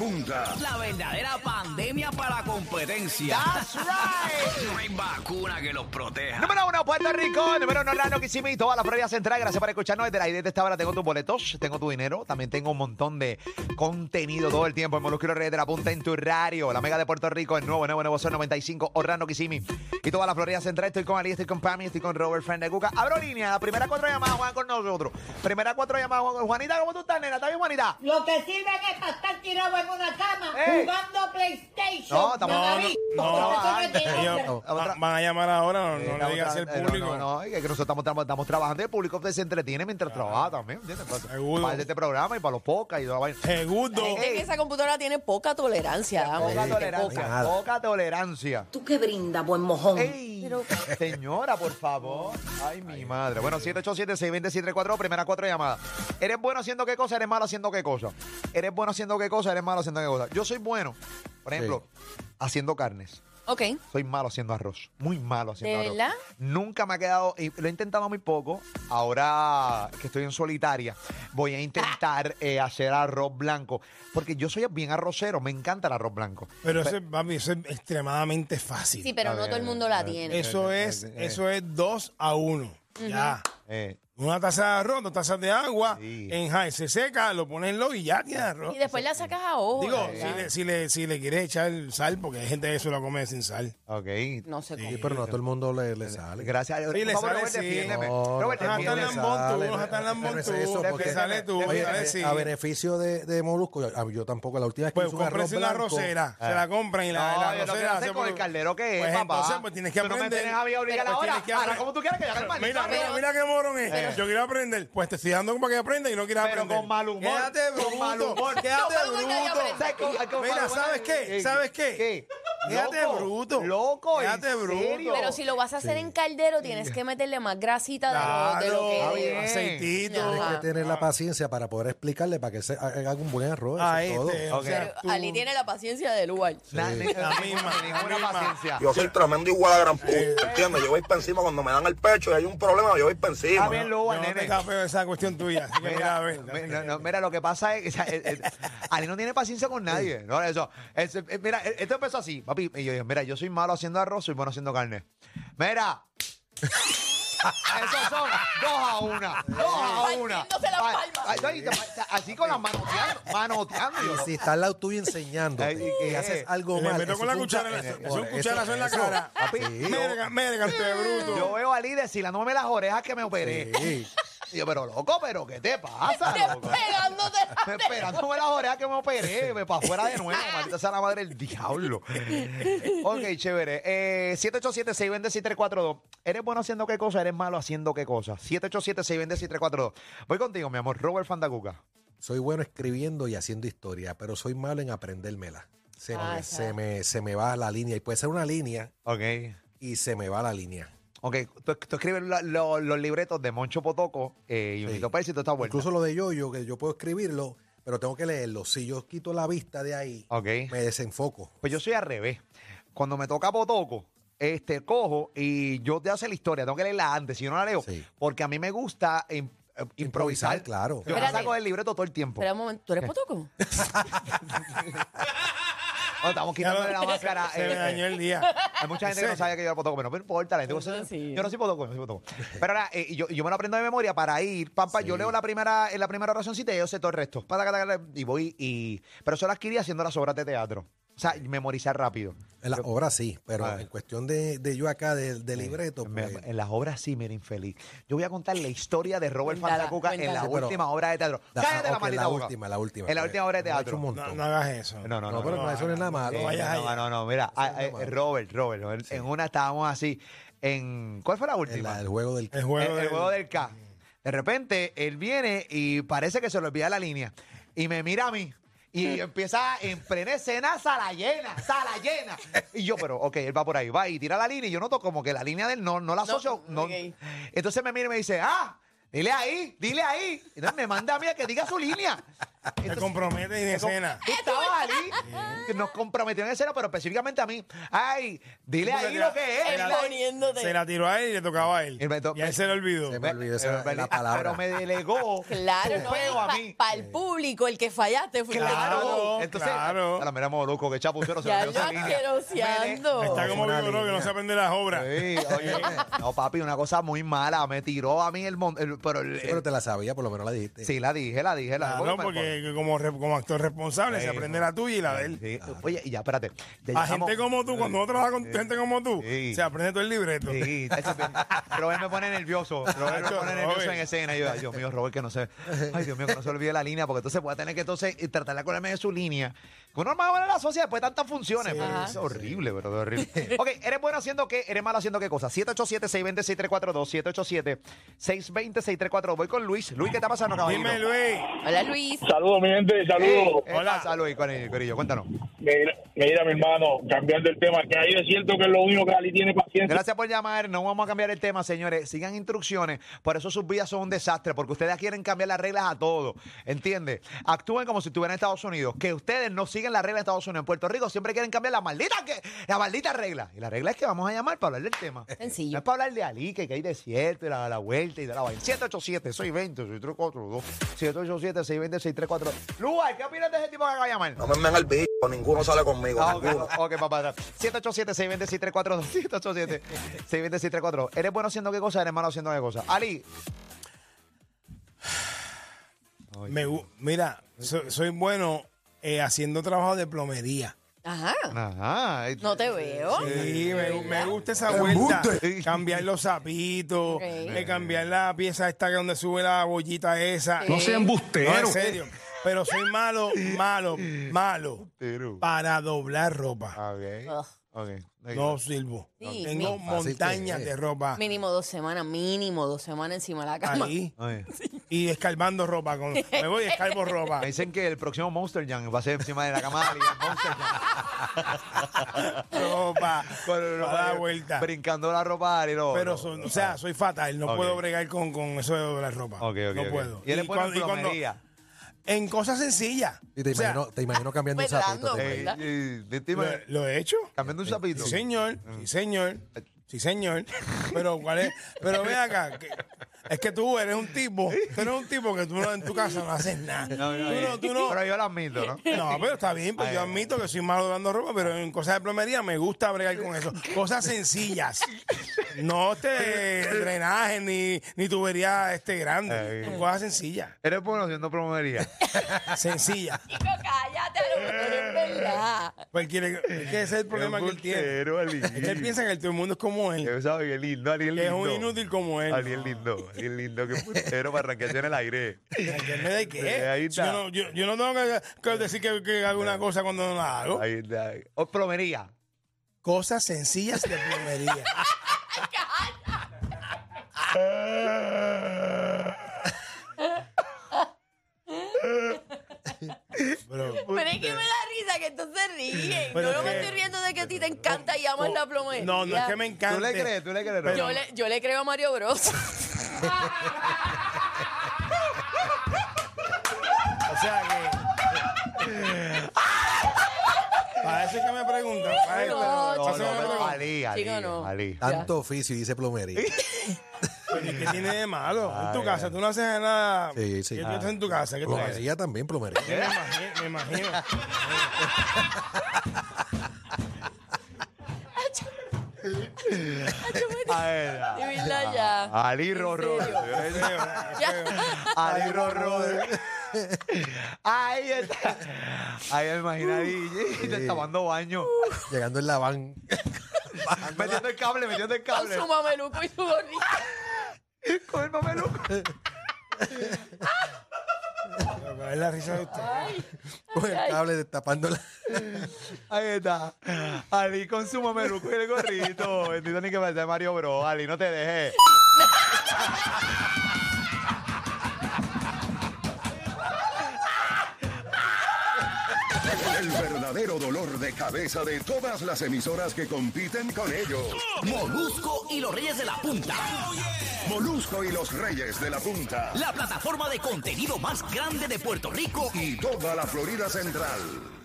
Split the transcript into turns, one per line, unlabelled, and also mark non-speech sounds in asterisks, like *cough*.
punta.
La verdadera pandemia para competencia.
That's right.
No hay vacuna que los proteja.
Número uno, Puerto Rico. Número uno, Orlando, Kissimmee. Toda la previa central. Gracias por escucharnos. Desde la idea de esta hora tengo tus boletos, tengo tu dinero. También tengo un montón de contenido todo el tiempo. En Molusquero Reyes de la Punta en tu radio. La Mega de Puerto Rico es nuevo, nuevo, nuevo. Son 95, Orlando, Kissimmee. Y toda la Florida Central. Estoy con Ali, estoy con Pami, estoy con Robert, Friend de Cuca. Abro línea. La primera cuatro llamadas, Juan, con nosotros. Primera cuatro llamadas, Juan. Juanita, ¿cómo tú estás, nena? ¿Está bien, Juanita?
Lo que sirven es para estar tirado en una cama
Ey.
jugando PlayStation.
No, estamos-
mamabicho.
no,
Eso es lo que
antes,
te
yo-
gusta.
a otra-
Va- Van a llamar ahora, no, no
Estamos
le digas al
tra- eh,
público.
No, no, no, es que nosotros estamos, tra- estamos trabajando y el público se entretiene mientras trabaja también. ¿entiendes? Para-
Seguro.
Para este programa y para los pocas y toda la vaina.
Segundo.
Es que esa computadora tiene poca tolerancia. vamos,
Poca
que
tolerancia.
poca.
Poca tolerancia.
Tú que brinda, buen mojón.
Ey, señora, por favor. Ay, mi madre. Bueno, 787-620-734, primera cuatro llamadas. ¿Eres bueno haciendo qué cosa? ¿Eres malo haciendo qué cosa? ¿Eres bueno haciendo qué cosa? ¿Eres malo haciendo qué cosa? Yo soy bueno, por ejemplo, haciendo carnes.
Ok.
Soy malo haciendo arroz. Muy malo haciendo
¿De
arroz.
verdad?
Nunca me ha quedado. y Lo he intentado muy poco. Ahora que estoy en solitaria, voy a
*laughs*
intentar eh, hacer arroz blanco. Porque yo soy bien arrocero. Me encanta el arroz blanco.
Pero eso, es- papi, eso es extremadamente fácil.
Sí, pero no todo el mundo la tiene.
eso es, eso es 2 a 1. Ya.
Eh,
Una taza de arroz, dos tazas de agua,
Sí.
en high, se seca, lo pones en lo y ya tiene arroz.
Y después la sacas a ojo.
Digo,
¿verdad?
si le, si, le, si le quieres echar sal, porque hay gente que eso lo come sin sal.
ok.
No sé cómo.
Sí, pero no a todo el mundo le, le sale.
Gracias. a Dios.
Sí, le
Por favor,
sale, Ah,
Robert,
sí.
defiéndeme.
No,
Robert,
no,
Jatan
no,
defiéndeme.
no,
lambón
sale,
tú,
no,
jatan
no,
lambón
no es
tú.
eso,
Te
porque-
sale tú,
Oye,
sale sí.
a beneficio de, de Molusco, yo, a- yo tampoco, la última vez que
Pues
hice un arroz
cómprense una
blanco- ah,
rocera, se la compran y la,
Ah. No,
la
yo no
rosera
quiero
la
hacer
hacemos-
con el caldero que es,
pues
papá.
Entonces, pues tienes que
Tú no me
aprender.
tienes a mí a obligar
Pues
ahora.
tienes que
Ahora,
aprender.
como tú quieras que llame el maldito
Mira, mira,
arroz.
mira qué morón es.
Pero-
Yo quiero aprender. Pues te estoy dando para que aprenda y no quieras
Pero
aprender.
con mal humor.
Quédate
con
bruto.
mal humor.
Quédate
No, pero venga, yo
bruto.
aprendí.
Mira, ¿sabes qué? ¿Sabes qué? Quédate
Loco,
bruto.
Loco,
Quédate
¿en
bruto.
serio?
Pero si lo vas a hacer en caldero, tienes que meterle más grasita de lo- de
Claro,
lo, que eh,
bien.
lleva.
aceitito.
Tienes
Ajá.
que tener
Ah.
la paciencia para poder explicarle para que se ha- haga un buen arroz. eso
Ahí
es todo.
te- este, o sea, tú-
Ali tiene la paciencia del lugar.
Na- ni-
La misma,
Ninguna
la misma.
paciencia.
Yo soy tremendo igual a gran puta, ¿entiendes? Yo voy para encima cuando me dan el pecho y hay un problema, yo voy para
Está
encima.
bien,
Yo
Luba,
no te
nene.
capeo esa cuestión tuya. así que mira, a ver.
Mira, no, no, mira, lo que pasa es que o sea, eh, eh, Ali no tiene paciencia con nadie. No, eso, eso, eh, mira, eh, esto empezó así, papi. Y yo dije, mira, yo soy malo haciendo arroz, soy bueno haciendo carne.
*laughs*
Mira. Esos son dos a una. Dos a una.
Partiéndose las
Ay,
palmas.
ay, no, y te- Así con las manoteando. Manoteando.
Y
yo.
si estás al lado tuyo
Ay,
enseñándote
¿qué?
que haces algo
Le
mal.
meto
eso
con la
es un
cuchara en
cha-
la-
eh,
eso es un
eso-
cucharazo en la
eso-
cara.
papi,
Merga, merga, usted bruto.
Yo veo a Ali deshilándome las orejas que me operé.
sí.
Y yo, pero loco, pero ¿qué te pasa?
Te-
*laughs*
loco?
Pegándote.
Me Esperándome las orejas que me operé, me para afuera de nuevo, maldita sea la madre del diablo. ok, chévere. Eh, 787-620-6342. ¿Eres bueno haciendo qué cosa? ¿Eres malo haciendo qué cosa? 787-620-6342. Voy contigo, mi amor. Robert Fandaguca.
Soy bueno escribiendo y haciendo historia, pero soy malo en aprendérmela. Se,
Ah,
me,
está.
se, me, se me va la línea. Y puede ser una línea
Ok.
y se me va la línea.
Ok, tú, tú escribes la- lo- los libretos de Moncho Potoco eh, y Unito Pérez y tú estás bueno.
Incluso lo de yo-yo, que yo puedo escribirlo, pero tengo que leerlo. Si yo quito la vista de ahí,
Ok.
me desenfoco.
Pues yo soy al revés. Cuando me toca Potoco, este, cojo y yo te hace la historia. Tengo que leerla antes, si yo no la leo.
Sí.
Porque a mí me gusta im- eh, improvisar.
Improvisar, claro.
Yo me
Espérate.
saco del libreto todo el tiempo.
Espera un momento, ¿tú eres potoco?
No, estamos quitándole la máscara.
*laughs* Se me
eh,
dañó
eh.
el día.
Hay mucha gente que no sabe que yo era potoco, pero no me importa. la gente
Entonces,
cosa-
sí.
Yo no soy potoco, yo no soy potoco. Pero ahora, eh, yo, yo me lo aprendo de memoria para ir, pampa, yo leo la primera, eh, la primera oracióncita y yo sé todo el resto. Pa, ta, ta, ta, ta, Y voy y... Pero eso lo adquirí haciendo las obras de teatro. O sea, memorizar rápido.
En las obras sí,
Ah.
pero en cuestión de, de yo acá, de, de libreto,
Me-
pues,
en las obras sí, mira, infeliz. Yo voy a contar la historia de Robert
Cuéntala,
Fandacuca en la
cuéntala.
Sí, pero-
última obra de teatro.
da-
Cállate
ok,
la maldita
la
boca.
última, la última.
En la
pues,
última obra de
hemos hecho
teatro.
un
No,
montón.
No, no hagas eso.
no, no.
No, pero no, eso no es nada malo.
Eh,
No vayas
no,
allá.
no, no, mira, ah,
nada
eh,
malo.
Robert, Robert, Robert, en una estábamos así, en... ¿Cuál fue la
En
última?
la del juego del...
El
El-
juego,
el
del-
juego del K. De repente, él viene y parece que se le olvida la línea. Y me mira a mí.
*laughs*
Y empieza en plena escena, sala llena, sala llena. Y yo, pero, ok, él va por ahí, va y tira la línea. Y yo noto como que la línea de él no, no la asocio.
No,
No,
ok.
Entonces me mira y me dice, ah, dile ahí, dile ahí. Entonces me manda a mí a que diga su línea.
Te compromete en escena.
Tú estabas ahí, que nos comprometió en escena, pero específicamente a mí. Ay, dile ahí lo que es.
Se la-
Poniéndote.
Se la tiró a él y le tocaba a él.
Y me to-
Y a él se le olvidó.
Eh,
Se me olvidó esa-
ah, Pero-
la palabra.
Pero me
*laughs*
delegó
Claro,
su
no.
peo a mí.
Para el público, el que fallaste fue
Eh. Claro,
Entonces,
claro.
a la mira, loco, que chapucero se
Ya
olvidó esa
lo
línea.
asqueroseando.
Me de-
Está como
Una
Vigo Loro, que no
línea.
se aprende las obras.
Sí, oye, *laughs* no, papi, una cosa muy mala. Me tiró a mí el. mon- el- pero el-
Sí, pero te la sabía, por lo menos la dijiste.
sí, la dije, la dije. La
Claro,
dije,
Ah, porque como, re- como actor responsable se aprende la tuya y la de él.
Sí, Oye, y ya, espérate. ya
Ah. A
llegamos-
gente como tú, cuando uno trabaja con gente como tú,
Sí.
se aprende todo el libreto.
Sí, eso es- Robert me pone nervioso. Robert me pone nervioso en escena. Y yo, ay, Dios mío, Robert, que no se. Ay, Dios mío, que no se olvide la línea, porque entonces voy a tener que entonces eh, tratar de acordarme de su línea. Que uno más o menos la asocia después de tantas funciones. pero es horrible, pero es horrible. ok, ¿eres bueno haciendo qué? ¿Eres malo haciendo qué cosa? 787-620-6342, 787-620-6342. Voy con Luis. Luis, ¿qué te pasando, caballero?
Dime, Luis.
Hola, Luis.
Saludos, mi gente, saludos.
Hola.
Hola. Eh, Luis, Corillo, Corillo, cuéntanos.
Mira, mira, mi hermano, cambiando el tema, que ahí es cierto que es lo único que Ali tiene paciencia.
Gracias por llamar. No vamos a cambiar el tema, señores. Sigan instrucciones. Por eso sus vidas son un desastre, porque ustedes quieren cambiar las reglas a todo. ¿Entiendes? Actúen como si estuvieran en Estados Unidos. Que ustedes no siguen las reglas de Estados Unidos. En Puerto Rico siempre quieren cambiar la maldita, que, la maldita regla. Y la regla es que vamos a llamar para hablar del tema.
Sencillo.
No es para hablar de Alique, que hay desierto y la, la vuelta y de la vaina. 787 620 6342 787 620 6342 Lugar, ¿qué opinas de ese tipo que acaba de llamar?
No me mean al bicho, ninguno sale conmigo,
Ah, ok,
ninguno.
ok, papá. *laughs* 787-620-6342. 787-620-6342. ¿Eres bueno haciendo qué cosa? ¿Eres malo haciendo qué cosa? Ali,
Me gu- mira, so- soy bueno eh, haciendo trabajo de plomería.
Ajá.
ajá. eh,
No te veo.
Sí, me, gu- me gusta esa vuelta.
¡Embuste!
Cambiar los zapitos,
Ok.
eh, cambiar la pieza esta que donde sube la bollita esa.
No sea
No, en serio. Pero soy malo, malo, malo
Embustero.
para doblar ropa.
Ok.
Ugh.
Ok.
No sirvo.
Sí,
Tengo
mi-
Fácil que
montañas
es.
de ropa
Mínimo dos semanas, mínimo dos semanas encima de la cama.
ahí
Ay.
y escarbando ropa. Con, me voy y escarbo ropa.
Me dicen que el próximo Monster Jam va a ser encima de la cama de Ali. el Monster Jam.
ropa.
*laughs*
para dar vuelta.
Brincando la ropa de Ali. no,
Pero,
no,
son,
no.
o sea, soy fatal. No
Ok.
puedo bregar con, con eso de doblar ropa.
Ok, ok,
no
ok.
puedo.
Y él es bueno en
cuando- cuando-
plomería.
en cosas sencillas.
Y te
O sea,
imagino, te imagino cambiando un
Fernando,
zapito. te
eh.
imagino.
Eh,
¿verdad?
eh, de- de-
lo, lo he hecho.
Cambiando un sapito.
eh, Sí, señor. Sí, señor. Sí, señor. Pero, ¿cuál es? Pero ven acá. que- es que tú eres un tipo. Tú eres un tipo que tú no, en tu casa no haces nada.
No, no,
tú
eh,
no, tú no.
Pero yo lo admito, ¿no?
No, pero está bien, pues yo admito que soy malo dando ropa, pero en cosas de plomería me gusta bregar con eso. Cosas sencillas. No este drenaje ni, ni tubería este grande. Son cosas sencillas.
Eres bueno haciendo promovería.
Sencillas.
Chico, cállate, no, pero
Eh,
es verdad.
Pues quiere, es que ese es el problema que él tiene. *laughs*
Embustero, Ali.
Es que él piensa que el- todo el mundo es como él.
Yo sabía, lindo, Ariel
Que es
lindo.
un inútil como él.
Ariel lindo, Ariel lindo, que puntero para arrancarse en el aire.
¿Entiende de
Eh, ahí
qué?
está.
Yo no, yo, yo no tengo que, que decir que, que hago una cosa cuando no la hago.
Ahí está. O plomería.
Cosas sencillas de plomería. Pero,
Pero es que me da risa que tú se ríes.
Pero
yo no
es que-
me
Oh,
estoy riendo de que a ti te encanta y amas la
*laughs*
plomería.
no, no es que me encante.
¿Tú le crees? ¿Tú le crees?
Pero-
Yo le, yo le creo a Mario Bros. *laughs*
O sea
*laughs*
que. Para eso es que me preguntan. para eso,
No,
para eso que
chico,
me
no.
preguntan.
Ali, Ali,
Chico, no.
Ali.
Tanto oficio y dice plomería.
Pero ¿y ¿Qué tiene de malo? En tu casa, tú no haces nada.
Sí, sí.
¿Qué tú haces en tu casa? ¿Qué tú haces?
Plomería también, plomería.
Me imagino. Me
*laughs*
imagino.
A ver, a-
De verdad ya.
Ah,
Ali Rorro.
*laughs*
En serio.
Ali Rorro. Ahí está. Ahí me imagino a DJ tapando baño.
Llegando en la van.
Metiendo el cable, metiendo el
Con
cable.
su mameluco y su gorrita.
Con el mameluco.
Pero ¿Cuál es la risa de usted?
*laughs* Con el cable destapando la.
Ahí está. Ali con su mameluco y el gorrito. Bendito ni que parece Mario Bro. Ali, no te dejes.
El verdadero dolor de cabeza de todas las emisoras que compiten con ellos.
Molusco y los Reyes de la Punta.
Molusco y los Reyes de la Punta
La plataforma de contenido más grande de Puerto Rico
y toda la Florida Central.